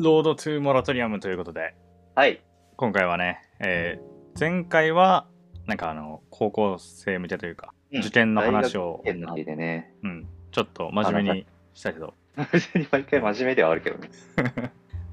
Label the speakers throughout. Speaker 1: ロードトゥーモラトリアムということで、
Speaker 2: はい。
Speaker 1: 今回はね、えー前回は、なんかあの、高校生向けというか、
Speaker 2: うん
Speaker 1: 受験の話を、
Speaker 2: 県の日でね。
Speaker 1: うん、ちょっと真面目にしたけど、
Speaker 2: 別に毎回真面目ではあるけどね。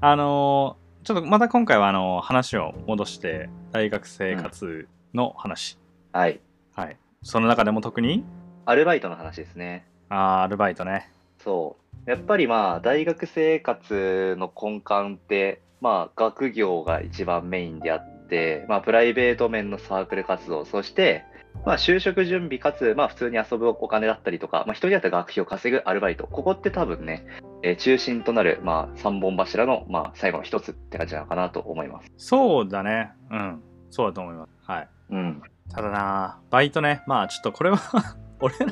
Speaker 1: あのーちょっとまた今回はあの、話を戻して、大学生活の話、
Speaker 2: はい。
Speaker 1: はい。その中でも特に、
Speaker 2: アルバイトの話ですね。
Speaker 1: あーアルバイトね。
Speaker 2: そう。やっぱりまあ、大学生活の根幹って、まあ、学業が一番メインであって、まあ、プライベート面のサークル活動、そして、まあ、就職準備かつ、まあ、普通に遊ぶお金だったりとか、まあ、一人だったら学費を稼ぐアルバイト。ここって多分ね、えー中心となる、まあ、三本柱の、まあ、最後の一つって感じなのかなと思います。
Speaker 1: そうだね。うん。そうだと思います。はい。
Speaker 2: うん。
Speaker 1: ただなバイトねまあちょっとこれは 俺ら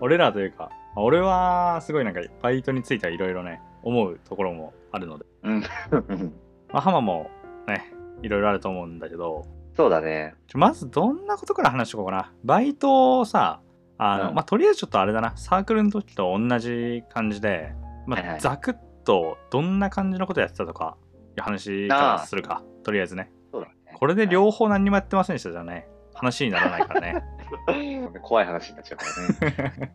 Speaker 1: 俺らというか俺はすごいなんかバイトについてはいろいろね思うところもあるので、
Speaker 2: うん。
Speaker 1: まあ、浜もねいろいろあると思うんだけど
Speaker 2: そうだね。
Speaker 1: ちょまずどんなことから話していこうかなバイトをさあの、
Speaker 2: うん
Speaker 1: まあとりあえずちょっとあれだなサークルの時と同じ感じで、ま
Speaker 2: はいは
Speaker 1: あ、
Speaker 2: い
Speaker 1: ざくっとどんな感じのことやってたとかいう話からするかとりあえずね
Speaker 2: そうだね。
Speaker 1: これで両方何にもやってませんでしたじゃんね話にならないからね
Speaker 2: 怖い話になっちゃうから ね。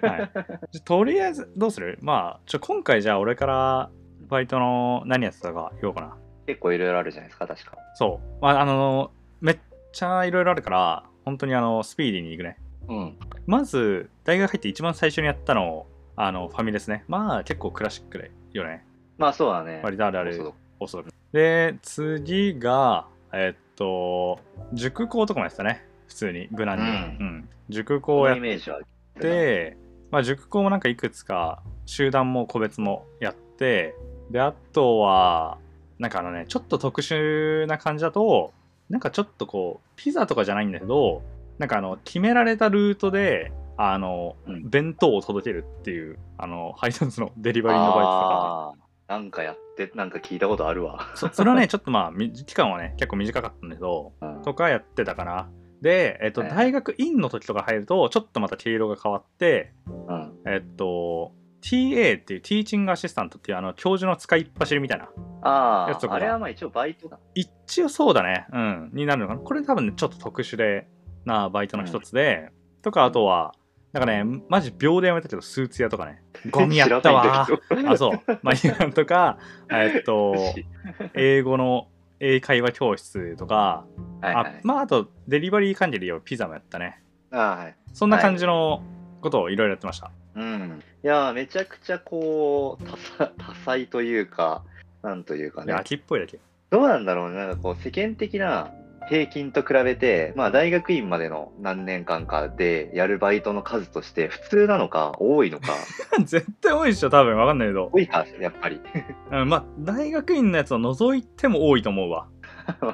Speaker 1: はい、じゃとりあえずどうするまあちょ今回じゃあ俺からバイトの何やってたか言おうかな
Speaker 2: 結構いろいろあるじゃないですか、確か。
Speaker 1: そうまああのめっちゃいろいろあるから本当にあのスピーディーにいくね
Speaker 2: うん。
Speaker 1: まず大学入って一番最初にやったのあのファミレスねまあ結構クラシックでよね
Speaker 2: まあそうだね。
Speaker 1: 割とあるあ
Speaker 2: そう
Speaker 1: る
Speaker 2: そう
Speaker 1: おそるで次がえっと塾校とかもやってたね普通に無難に、
Speaker 2: う
Speaker 1: うん、塾校
Speaker 2: こう
Speaker 1: やっ
Speaker 2: いうイメージはあるけどな、
Speaker 1: で、まあ、塾校もなんかいくつか集団も個別もやってであとはなんかあのねちょっと特殊な感じだとなんかちょっとこうピザとかじゃないんだけどなんかあの決められたルートであの、
Speaker 2: うん
Speaker 1: 弁当を届けるっていうあの配達の デリバリーのバイトとか
Speaker 2: あーなんかやって、なんか聞いたことあるわ。
Speaker 1: そそれはねちょっとまあみ期間はね結構短かったんだけど
Speaker 2: うん
Speaker 1: とかやってたかなで、えっと、
Speaker 2: はい
Speaker 1: 大学院の時とか入るとちょっとまた毛色が変わって
Speaker 2: うん。
Speaker 1: えっと、TA っていう、ティーチングアシスタントっていう、あの、教授の使いっ走りみたいな。や
Speaker 2: あ
Speaker 1: つと
Speaker 2: あ、
Speaker 1: か
Speaker 2: あれはまあ一応バイトだ。
Speaker 1: 一応そうだね。うん。になるのかな。これ多分ね、ちょっと特殊で、なバイトの一つで、とか、あとは、なんかね、マジ秒でやめたけど、スーツ屋とかね。ゴミやったわ
Speaker 2: 知。らないんだ
Speaker 1: あ、そう。まあ、いやと か、えっと、
Speaker 2: けど
Speaker 1: 英語の英会話教室とか、
Speaker 2: はいは
Speaker 1: あ
Speaker 2: い。
Speaker 1: まあ、あと、デリバリー関係で言えばピザもやったね。
Speaker 2: あーはい。
Speaker 1: そんな感じのことをいろいろやってました。
Speaker 2: うん。いやー、めちゃくちゃこう、多彩多彩というか、なんというか
Speaker 1: で
Speaker 2: ね。
Speaker 1: 秋っぽいだけ。
Speaker 2: どうなんだろうね、なんかこう、世間的な平均と比べて、まあ、大学院までの何年間かでやるバイトの数として、普通なのか、多いのか、
Speaker 1: 絶対多いっしょ、多分。わかんないけど。
Speaker 2: 多いか、やっぱり。
Speaker 1: うん、まあ大学院のやつを除いても多いと思うわ。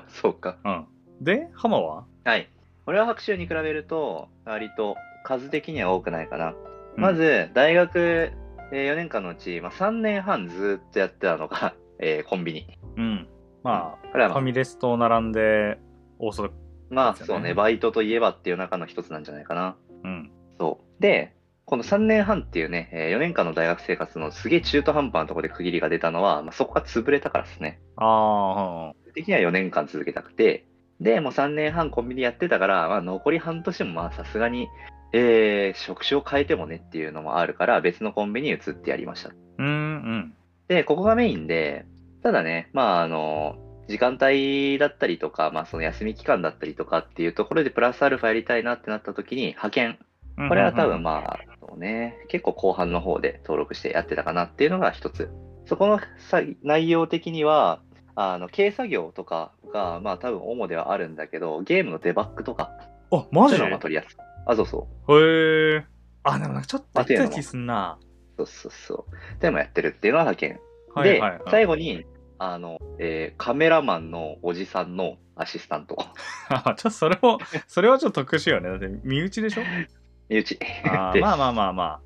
Speaker 2: そうか。
Speaker 1: うん、で浜は、
Speaker 2: はい。俺は白州に比べると、割と数的には多くないかな。
Speaker 1: うん
Speaker 2: まず、大学4年間のうち、まあ、3年半ずっとやってたのが、 えーコンビニ。
Speaker 1: うん、ま
Speaker 2: これ
Speaker 1: あファ
Speaker 2: はま
Speaker 1: ミレスと並んでオーソドック
Speaker 2: あ、まあ、
Speaker 1: そうです
Speaker 2: そ
Speaker 1: よ
Speaker 2: う
Speaker 1: ね
Speaker 2: ね、バイトといえばっていう中の一つなんじゃないかな。
Speaker 1: うん
Speaker 2: そう。で、この3年半っていうね、4年間の大学生活のすげえ中途半端なところで区切りが出たのは、まあ、そこが潰れたからですね。
Speaker 1: ああ
Speaker 2: 的には4年間続けたくて、で、もう3年半コンビニやってたから、まあ、残り半年もまあさすがに、えー職種を変えてもねっていうのもあるから、別のコンビニに移ってやりました。
Speaker 1: うんうん
Speaker 2: で、ここがメインで、ただね、まあ、あの、時間帯だったりとか、まあ、その休み期間だったりとかっていうところでプラスアルファやりたいなってなった時に、派遣、
Speaker 1: うん
Speaker 2: これは多
Speaker 1: うん
Speaker 2: 分まあ、そうね、結構後半の方で登録してやってたかなっていうのが一つ。そこのさ内容的には、あの、軽作業とかが、まあ多分主ではあるんだけど、ゲームのデバッグとか、
Speaker 1: あマ
Speaker 2: そうい
Speaker 1: ジ
Speaker 2: う
Speaker 1: へ
Speaker 2: のが取りやすい。あ、そうそう。
Speaker 1: えあでもなんかちょっと
Speaker 2: あ
Speaker 1: やっ
Speaker 2: そう
Speaker 1: て
Speaker 2: やな
Speaker 1: た気すんな
Speaker 2: そうそうそう。でもやってるっていうのは派遣。
Speaker 1: はいはい、
Speaker 2: で、
Speaker 1: はい、
Speaker 2: 最後に、あの、えーカメラマンのおじさんのアシスタント。
Speaker 1: ちょっとそれもそれはちょっと特殊よねだって身内 でしょ
Speaker 2: 身内。
Speaker 1: あー
Speaker 2: で
Speaker 1: まあまあまあ まあ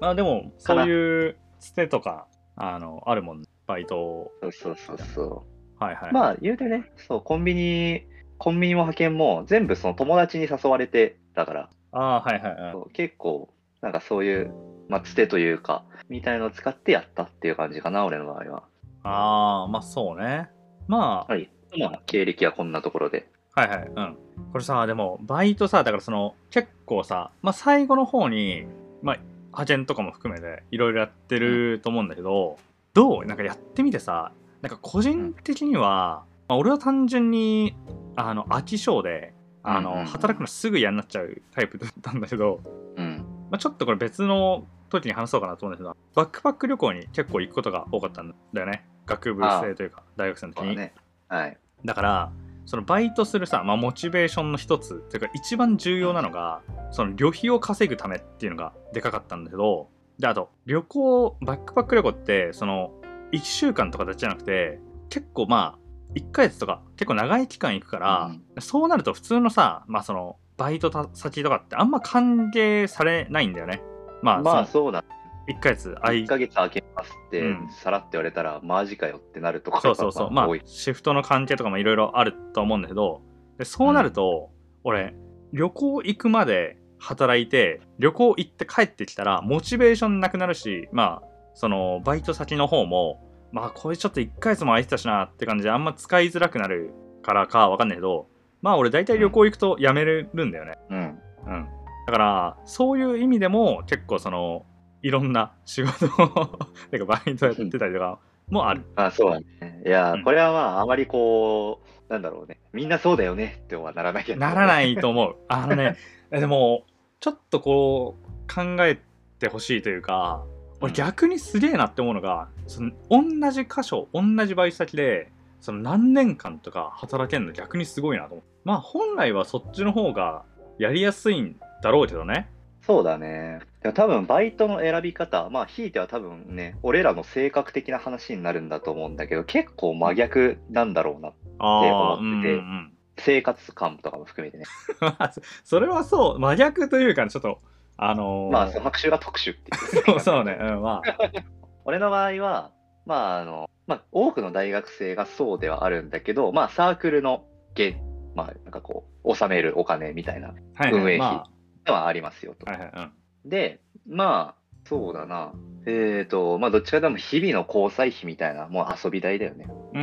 Speaker 1: まあでもそういうつてとかあのあるもんねバイト
Speaker 2: そうそうそうそう。
Speaker 1: はいはい
Speaker 2: まあ言うてね、そう、コンビニ、コンビニも派遣も全部その友達に誘われてだから、
Speaker 1: ああーはいはいはい
Speaker 2: そう結構なんかそういう、まあ、つてというか、みたいのを使ってやったっていう感じかな、俺の場合は。
Speaker 1: ああ、まあそうね。まあ、
Speaker 2: はい。まあ、経歴はこんなところで。
Speaker 1: はいはい、うん。これさ、でも、バイトさ、だからその、結構さ、まあ最後の方に、まあ、派遣とかも含めて、いろいろやってると思うんだけど、どうなんかやってみてさ、なんか個人的には、まあ、俺は単純に、あの、飽き性で、あ
Speaker 2: うんうんう
Speaker 1: の、
Speaker 2: ん
Speaker 1: 働くのすぐ嫌になっちゃうタイプだったんだけど、
Speaker 2: うん。
Speaker 1: まあ、ちょっとこれ別の時に話そうかなと思うんですけどバックパック旅行に結構行くことが多かったんだよね学部生というか大学生の時
Speaker 2: そう
Speaker 1: に
Speaker 2: だ
Speaker 1: だ,、
Speaker 2: ね。はい。
Speaker 1: からそのバイトするさ、まあ、モチベーションの一つというか一番重要なのがその旅費を稼ぐためっていうのがでかかったんだけどであと旅行バックパック旅行ってその1週間とかだけじゃなくて結構まあ1ヶ月とか結構長い期間行くから、そうなると普通のさ、まあ、そのバイトた先とかってあんま歓迎されないんだよね。まあ、
Speaker 2: まあ、
Speaker 1: そ
Speaker 2: そうだ。
Speaker 1: の1ヶ月空い
Speaker 2: 1ヶ月空けますって、
Speaker 1: うん
Speaker 2: さらって言われたら、マジかよってなると こ
Speaker 1: そう
Speaker 2: ろ
Speaker 1: そうそう、
Speaker 2: が
Speaker 1: まあ
Speaker 2: 多い、。
Speaker 1: シフトの関係とかもいろいろあると思うんだけど、でそうなると、俺、旅行行くまで働いて、旅行行って帰ってきたら、モチベーションなくなるし、まあ、その、バイト先の方も、まあ、これちょっと1ヶ月も空いてたしなって感じで、あんま使いづらくなるからかわかんないけど、まあ、俺、大体旅行行くとやめるんだよね。
Speaker 2: うん。
Speaker 1: うん、だからそういう意味でも結構そのいろんな仕事を てかバイトやってたりとかもある、
Speaker 2: まあ、そうだね。いやー、
Speaker 1: うん
Speaker 2: これはまあ、あまりこう、なんだろうね。みんなそうだよねってはならなきゃ。
Speaker 1: ならないいと思うあの ねえでもちょっとこう考えてほしいというか俺逆にすげえなって思うのがその同じ箇所同じバイト先でその何年間とか働けるの逆にすごいなと思うまあ本来はそっちの方がやりやすいんだろうけどね
Speaker 2: そうだね。でも多分、バイトの選び方、まあ、ひいては多分ね、俺らの性格的な話になるんだと思うんだけど、結構真逆なんだろうな。
Speaker 1: ああ
Speaker 2: って思ってて
Speaker 1: うんうんうん
Speaker 2: 生活感とかも含めてね。
Speaker 1: まあそそれはそう真逆というかちょっとあのー
Speaker 2: まあ、その学習が特殊って
Speaker 1: そ
Speaker 2: いう。
Speaker 1: う そうねうんまあ
Speaker 2: 俺の場合は、まああのまあ、多くの大学生がそうではあるんだけど、まあ、サークルのげ、まあ、なんかこう納めるお金みたいな
Speaker 1: はい、
Speaker 2: 運営費
Speaker 1: ま
Speaker 2: のはありますよと。
Speaker 1: あはいはいうん
Speaker 2: でまあそうだなえっ、とまあどっちかでも日々の交際費みたいなもう遊び代だよね
Speaker 1: うん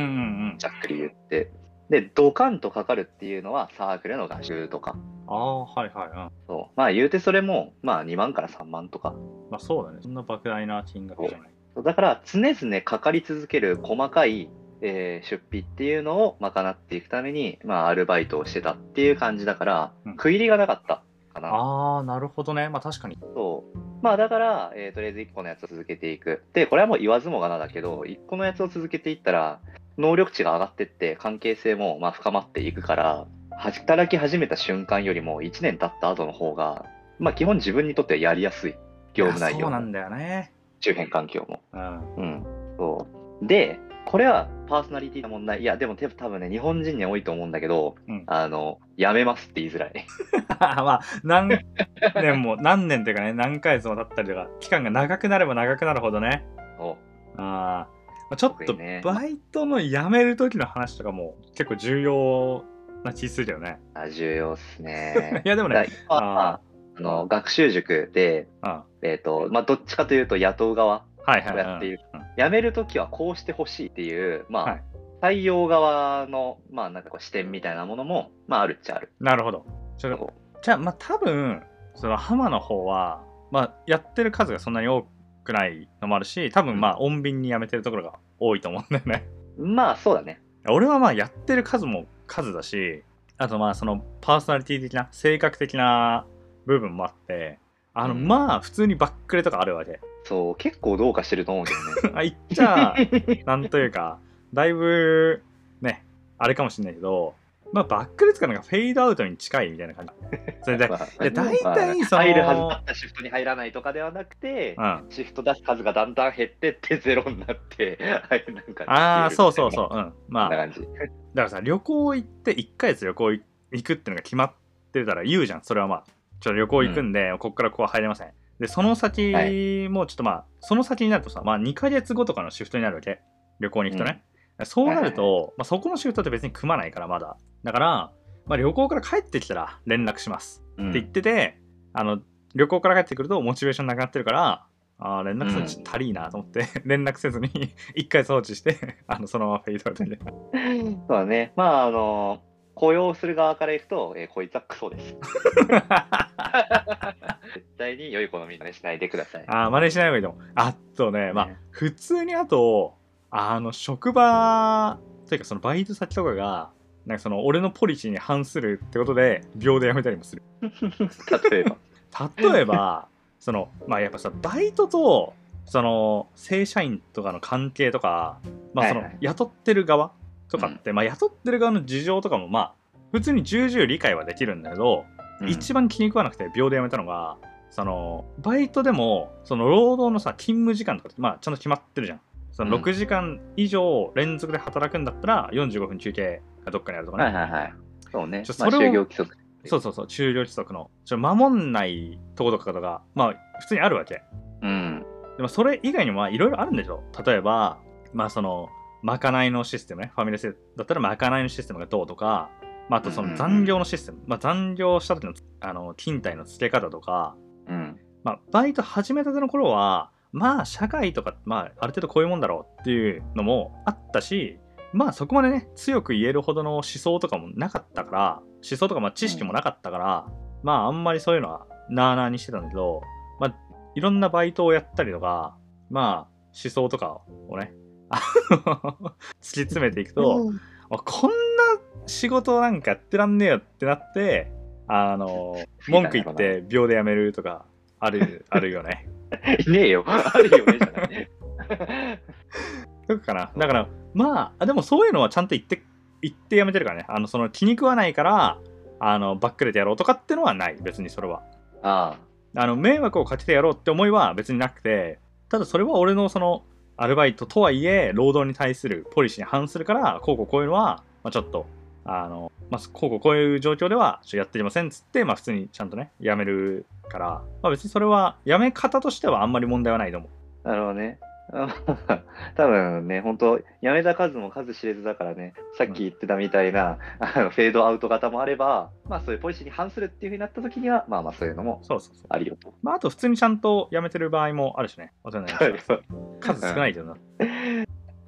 Speaker 1: うんうん
Speaker 2: ざっくり言って。でドカンとかかるっていうのはサークルの合宿とか
Speaker 1: ああはいはいうん
Speaker 2: そうまあ言うてそれもまあ2万から3万とか
Speaker 1: まあそうだねそんな莫大な金額じゃない
Speaker 2: そうだから常々かかり続ける細かい、えー出費っていうのを賄っていくために、まあ、アルバイトをしてたっていう感じだから、
Speaker 1: うん
Speaker 2: 食い入りがなかったかな。
Speaker 1: ああなるほどねまあ確かに
Speaker 2: そうまあだから、えーとりあえず1個のやつを続けていく。で、これはもう言わずもがなだけど、1個のやつを続けていったら、能力値が上がってって、関係性もまあ深まっていくから、働き始めた瞬間よりも1年経った後の方が、まあ基本自分にとってはやりやすい。業務内
Speaker 1: いやそ
Speaker 2: 容
Speaker 1: うなん
Speaker 2: も、
Speaker 1: だよね
Speaker 2: 周辺環境も。
Speaker 1: うん
Speaker 2: うん、そうでこれはパーソナリティの問題いやでもて多分ね日本人には多いと思うんだけど、
Speaker 1: うん
Speaker 2: あのやめますって言いづらい
Speaker 1: まあ何年も何年というかね何ヶ月も経ったりとか期間が長くなれば長くなるほどね
Speaker 2: そう
Speaker 1: あーまあちょっ
Speaker 2: 特
Speaker 1: と
Speaker 2: にね
Speaker 1: バイトの辞める時の話とかも結構重要な気するよね
Speaker 2: あ重要っすね
Speaker 1: いやでもね
Speaker 2: だから今は
Speaker 1: あ
Speaker 2: あの学習塾で、
Speaker 1: ああ
Speaker 2: えっとまあ、どっちかというと雇う側
Speaker 1: はいはい、はい、
Speaker 2: こうやっている
Speaker 1: うん
Speaker 2: 辞めるときはこうしてほしいっていう、まあ
Speaker 1: はい
Speaker 2: 採用側の、まあ、なんかこう視点みたいなものも、まあ、あるっちゃある
Speaker 1: なるほど。それ
Speaker 2: そ
Speaker 1: じゃあ、まあ多分、その浜の方は、まあやってる数がそんなに多くないのもあるし、多分まあ穏便にやめてるところが多いと思うんだよね。
Speaker 2: まあそうだね
Speaker 1: 俺はまあやってる数も数だし、あとまあそのパーソナリティ的な、性格的な部分もあって、あの、
Speaker 2: うん
Speaker 1: まあ普通にバックレとかあるわけ。
Speaker 2: そう結構どうかしてると思うけどね
Speaker 1: あ言っちゃなんというかだいぶねあれかもしれないけどまあバックでつかなんかフェードアウトに近いみたいな感じそれで、
Speaker 2: まあ
Speaker 1: で大体その
Speaker 2: 入るはずだったシフトに入らないとかではなくて
Speaker 1: うん、、あ
Speaker 2: シフト出す数がだんだん減ってってゼロになって、 はい、なんか。。
Speaker 1: あーそうそうそうううん
Speaker 2: こ
Speaker 1: まあ
Speaker 2: んな
Speaker 1: だか
Speaker 2: 感じ。
Speaker 1: らさ旅行行って1ヶ月旅行行くっていうのが決まってたら言うじゃんそれはまあちょっと旅行行くんで、こっからここは入れませんでその
Speaker 2: は
Speaker 1: 先もちょっとまあ、その先になるとさまあ2ヶ月後とかのシフトになるわけ旅行に行くとね、そうなると、
Speaker 2: は
Speaker 1: まあ、そこのシフトって別に組まないからまだだから、まあ、旅行から帰ってきたら連絡します
Speaker 2: うん
Speaker 1: って言ってて、あの旅行から帰ってくるとモチベーションなくなってるからあー連絡装置足りいなと思って、 連絡せずに一回装置して あのそのままフェイドアウトみたいな
Speaker 2: そうだね。まあ、あの、雇用する側からいくと、えーこいつはクソです。絶対に良い好みにしないでください。
Speaker 1: あー真似しない方がいいと思うあとねまあ
Speaker 2: ね
Speaker 1: 普通にあとあの職場というかそのバイト先とかがなんかその俺のポリシーに反するってことで秒で辞めたりもする
Speaker 2: 例 えば。
Speaker 1: 例えばそのまあやっぱさバイトとその正社員とかの関係とか、まあ、その
Speaker 2: はいはい
Speaker 1: 雇ってる側とかって、まあ、雇ってる側の事情とかもまあ普通に重々理解はできるんだけど、
Speaker 2: うん
Speaker 1: 一番気に食わなくて秒で辞めたのがそのバイトでもその労働のさ勤務時間とかって、まあ、ちゃんと決まってるじゃんその
Speaker 2: うん
Speaker 1: 6時間以上連続で働くんだったら45分休憩がどっかにあるとかね、
Speaker 2: はいはいはい。そうね
Speaker 1: ちょ。
Speaker 2: まあ、
Speaker 1: それを
Speaker 2: 就業規則。
Speaker 1: そうそうそう終了規則のちょ守んないとことかとかまあ普通にあるわけ
Speaker 2: うん。
Speaker 1: でもそれ以外にもいろいろあるんでしょ例えばまあそのまかないのシステムねファミレスだったらまかないのシステムがどうとか、まあ、あとそ
Speaker 2: うんうん
Speaker 1: の
Speaker 2: うん
Speaker 1: 残業のシステム、まあ、残業した時のあの勤怠の付け方とか、
Speaker 2: うん。
Speaker 1: まあ、バイト始めたての頃はまあ社会とか、まあ、ある程度こういうもんだろうっていうのもあったしまあそこまでね強く言えるほどの思想とかもなかったから思想とかまあ知識もなかったから、まああんまりそういうのはなあなあにしてたんだけど、まあ、いろんなバイトをやったりとかまあ思想とかをね あの突き詰めていくと、
Speaker 3: うん
Speaker 1: あこんな仕事なんかやってらんねえよってなってあの文句言って秒でやめるとかあるあるよね
Speaker 2: いねえよ。 あるよね、じゃない。
Speaker 1: とかかなだからまああでもそういうのはちゃんと言って言ってやめてるからねあのその気に食わないからあのバックレてやろうとかってのはない別にそれは
Speaker 2: あ
Speaker 1: あの迷惑をかけてやろうって思いは別になくてただそれは俺のそのアルバイトとはいえ労働に対するポリシーに反するからこうこうこういうのは、まあ、ちょっとあの、まあ、こうこうこういう状況ではちょっとやっていませんっつって、まあ、普通にちゃんとねやめるから、まあ、別にそれはやめ方としてはあんまり問題はないと思う
Speaker 2: あ。なるほどね。 あ多分ね、本当辞めた数も数知れずだからね、さっき言ってたみたいな、あのフェードアウト型もあれば、まあそういうポリシーに反するっていうふうになった時には、まあまあそういうのも
Speaker 1: そうそうそう、
Speaker 2: ありよと。
Speaker 1: まあ、あと普通にちゃんとやめてる場合もあるしねお世話になりました数少ないけ どな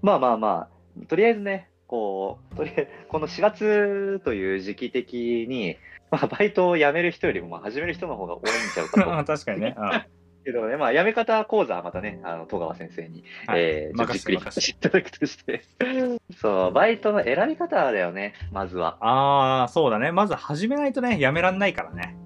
Speaker 2: まあまあまあ、とりあえずね、こう、とりあえず、この4月という時期的に、まあ、バイトを辞める人よりも、まあ、始める人の方が多いんちゃうかと思うん
Speaker 1: 確かにね、うん
Speaker 2: ですけ どね、まあ、辞め方講座はまたね、あの、戸川先生に、
Speaker 1: はい
Speaker 2: えーちょっと
Speaker 1: 任せ
Speaker 2: じっく
Speaker 1: て任
Speaker 2: り
Speaker 1: せ
Speaker 2: 話していただくとして、そう、バイトの選び方だよね、まずは。
Speaker 1: ああそうだねまず始めないとねやめらんないからね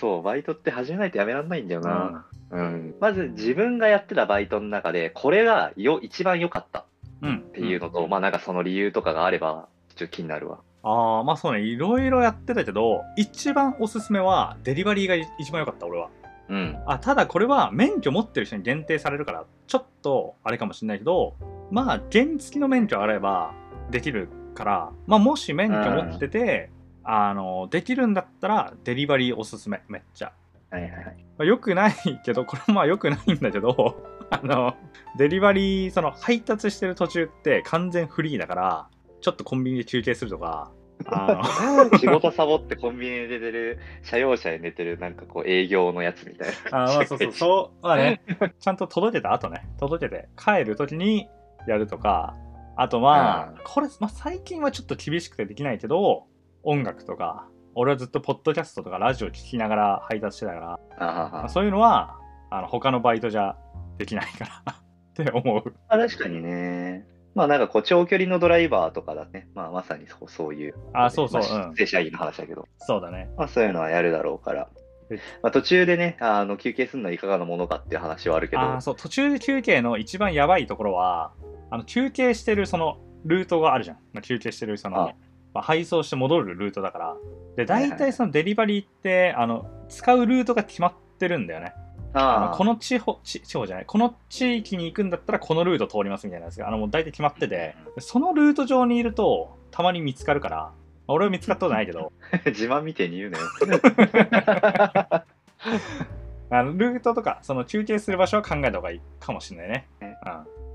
Speaker 2: そう、バイトって始めないと辞めらんないんだよ
Speaker 1: う
Speaker 2: な。うん。まず、自分がやってたバイトの中で、これがよ、一番良かったっ
Speaker 1: うん
Speaker 2: ていうのと、まあ、なんかその理由とかがあれば、ちょっと気になるわ。
Speaker 1: ああまあそうねいろいろやってたけど一番おすすめはデリバリーがい一番良かった俺は
Speaker 2: うん。
Speaker 1: あただこれは免許持ってる人に限定されるからちょっとあれかもしれないけどまあ原付きの免許あればできるからまあもし免許持ってて、あのできるんだったらデリバリーおすすめめっちゃ、
Speaker 2: はいはいはい。
Speaker 1: まあ、よくないけどこれまあよくないんだけど あのデリバリーその配達してる途中って完全フリーだからちょっとコンビニで休憩するとかあ の
Speaker 2: 仕事サボってコンビニで寝てる、車用車で寝てる、なんかこう営業のやつみたいな。
Speaker 1: あまあそう そう、そう、まあね、ちゃんと届けた後ね、届けて帰る時にやるとか、あとまあ、これ、まあ、最近はちょっと厳しくてできないけど、音楽とか、俺はずっとポッドキャストとかラジオ聞きながら配達してたから、
Speaker 2: あは
Speaker 1: まあ
Speaker 2: は
Speaker 1: そういうのは、あの他のバイトじゃできないから って思う。
Speaker 2: まあ確かにね。まあなんかこう長距離のドライバーとかだね。まあまさにそうそういう。
Speaker 1: あ、そうそう、う
Speaker 2: まあ
Speaker 1: ん。
Speaker 2: 正社員の話だけど。
Speaker 1: そうだね。
Speaker 2: まあそういうのはやるだろうから
Speaker 1: え。
Speaker 2: まあ途中でね、あの休憩するのはいかがなものかっていう話はあるけど。
Speaker 1: あ、そう、途中で休憩の一番やばいところは、あの休憩してるそのルートがあるじゃん。まあ休憩してるその、
Speaker 2: あ
Speaker 1: まあ、配送して戻るルートだからで
Speaker 2: はいはい
Speaker 1: 大体そのデリバリーってあの使うルートが決まってるんだよねあ
Speaker 2: あ
Speaker 1: の
Speaker 2: あ
Speaker 1: この地方地地方じゃないこの地域に行くんだったらこのルート通りますみたいなやつがあのもう大体決まっててでそのルート上にいるとたまに見つかるから、まあ俺は見つかったことないけ ど
Speaker 2: 自慢みてえに 言うなよ。
Speaker 1: あのルートとかその休憩する場所は考えた方がいいかもしれないね、う
Speaker 2: ね
Speaker 1: ん、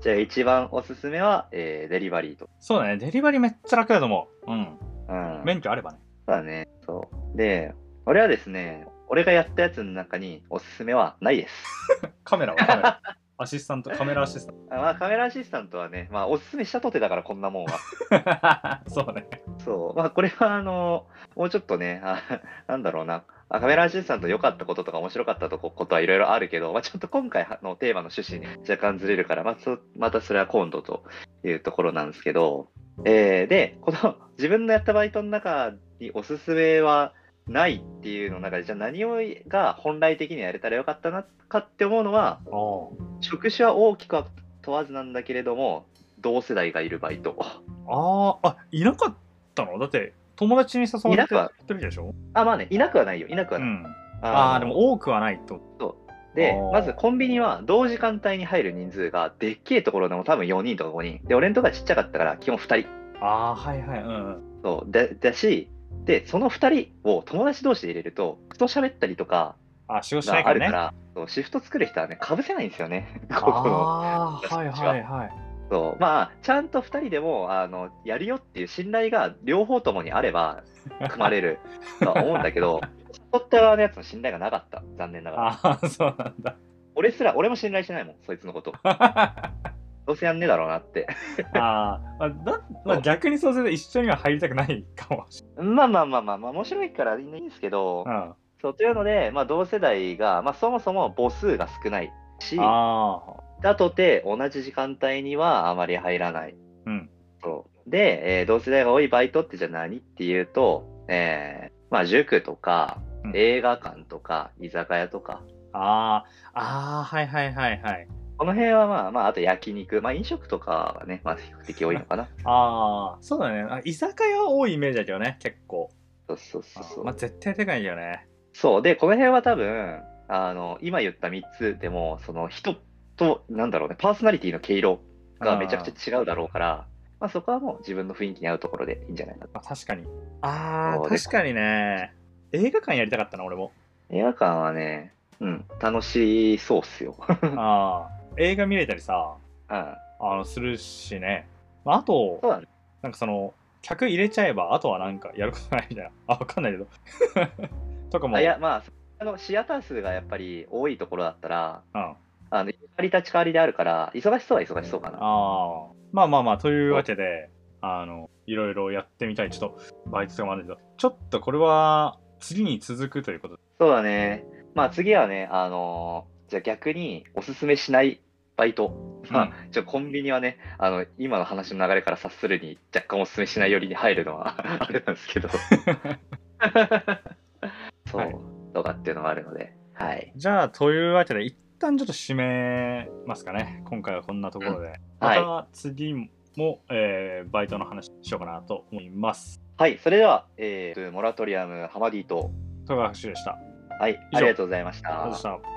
Speaker 2: じゃあ一番おすすめは、えーデリバリーと。
Speaker 1: そうだねデリバリーめっちゃ楽だと思う、うん、
Speaker 2: うん。
Speaker 1: 免許あればね
Speaker 2: そうだね。そう。で、俺はですね、俺がやったやつの中におすすめはないです。
Speaker 1: カメラはカメ ラ。アシスタント、カメラアシスタン
Speaker 2: あまあ、カメラアシスタントはね、まあ、おすすめしたとてだから、こんなもんは。
Speaker 1: ト。そうね。
Speaker 2: そう、まあ、これは、あの、もうちょっとね、あ なんだろうな。あカメラアシスタント良かったこととか面白かったとこことはいろいろあるけど、まあ、ちょっと今回のテーマの趣旨に若干ずれるから、まあ、そまたそれは今度というところなんですけど、えーで、この自分のやったバイトの中におすすめはないっていうの中で、じゃあ何をが本来的にやれたらよかったなかって思うのは、
Speaker 1: お
Speaker 2: 職種は大きくは問わずなんだけれども同世代がいるバイト
Speaker 1: ああ、あ、いなかったのだって、友達に誘われ
Speaker 2: いな
Speaker 1: て
Speaker 2: くは
Speaker 1: やってるでしょ
Speaker 2: あまあねいなくはないよいなく
Speaker 1: う
Speaker 2: はない、
Speaker 1: ん。ああ、でも多くはないと。
Speaker 2: で
Speaker 1: あー
Speaker 2: まずコンビニは同時間帯に入る人数がでっけえところでも多分4人とか5人で俺んとこがちっちゃかったから基本2人
Speaker 1: ああ、はいはい。うん。
Speaker 2: そうだだしでその2人を友達同士で入れるとクソ喋ったりとか
Speaker 1: あ、使用しな
Speaker 2: が
Speaker 1: い
Speaker 2: あ
Speaker 1: か
Speaker 2: る
Speaker 1: ら
Speaker 2: か
Speaker 1: ね。
Speaker 2: ら、そうシフト作る人はねかぶせないんですよね ここの
Speaker 1: ああ、はいはいはい。
Speaker 2: そうまあちゃんと2人でもあのやるよっていう信頼が両方ともにあれば組まれるとは思うんだけ ど取った側のやつの信頼がなかった残念ながら
Speaker 1: ああ、そうなんだ。
Speaker 2: 俺すら俺も信頼してないもんそいつのこと
Speaker 1: あ
Speaker 2: どうせやんねえだろうなって
Speaker 1: あ、まあだまあ、逆にそうすると一緒には入りたくないかもし
Speaker 2: まあまあまあまあまあ面白いからいいんですけど
Speaker 1: れない。うん、あ
Speaker 2: そうというので、まあ、同世代が、まあ、そもそも母数が少ないし
Speaker 1: あ、
Speaker 2: だとて同じ時間帯にはあまり入らない。
Speaker 1: うん
Speaker 2: そうで、えー同世代が多いバイトってじゃあ何っていうと、えーまあ、塾とか
Speaker 1: うん
Speaker 2: 映画館とか居酒屋とか、
Speaker 1: ああ、ああ、はいはいはいはい。
Speaker 2: この辺はまあ、まあ、あと焼肉、まあ、飲食とかはね、まあ、比較的多いのかな。
Speaker 1: ああ、そうだね。あ居酒屋は多いイメージだけどね、結構。
Speaker 2: そうそうそうそう
Speaker 1: まあ、絶対でかいよね。
Speaker 2: そうでこの辺は多分あの今言った3つでもその人となんだろうねパーソナリティの毛色がめちゃくちゃ違うだろうからまあ、そこはもう自分の雰囲気に合うところでいいんじゃないかな
Speaker 1: まあ、確かに。あ
Speaker 2: そ
Speaker 1: あ、
Speaker 2: うで
Speaker 1: 確かにね。映画館やりたかったな、俺も。
Speaker 2: 映画館はね、うん、楽しそうっすよ。
Speaker 1: ああ、映画見れたりさ、
Speaker 2: うん、
Speaker 1: あの、するしね。まあ、あと
Speaker 2: そ、うだね。
Speaker 1: なんかその、客入れちゃえば、あとはなんかやることないみた いな。あ、わかんないけど。とかも。
Speaker 2: あいや、まあ、あのシアター数がやっぱり多いところだったら、
Speaker 1: うん。あ
Speaker 2: あの、入り立ち替わりであるから、忙しそうは忙しそうかな。
Speaker 1: あ。まあまあまあ、というわけで、あの、いろいろやってみたい。ちょっと、バイトとかもあるんだけど、ちょっとこれは、次に続くということで。
Speaker 2: そうだね。まあ、次はね、あのーじゃあ逆におすすめしないバイト。まあ、ちょ、コンビニはね、あの、今の話の流れから察するに、若干おすすめしないよりに入る のは、あれなんですけど。そう、
Speaker 1: はい
Speaker 2: とかっていうのがあるので、はい。
Speaker 1: じゃあ、というわけで、一旦ちょっと締めますかね。今回はこんなところで。
Speaker 2: はい
Speaker 1: また次も、えーバイトの話しようかなと思います。
Speaker 2: はい、それでは、えー、モラトリアム、ハマディと、
Speaker 1: 戸川学習でした。
Speaker 2: はい、
Speaker 1: 以上
Speaker 2: ありがとうございまし
Speaker 1: ありがとうござい
Speaker 2: た
Speaker 1: まし。た。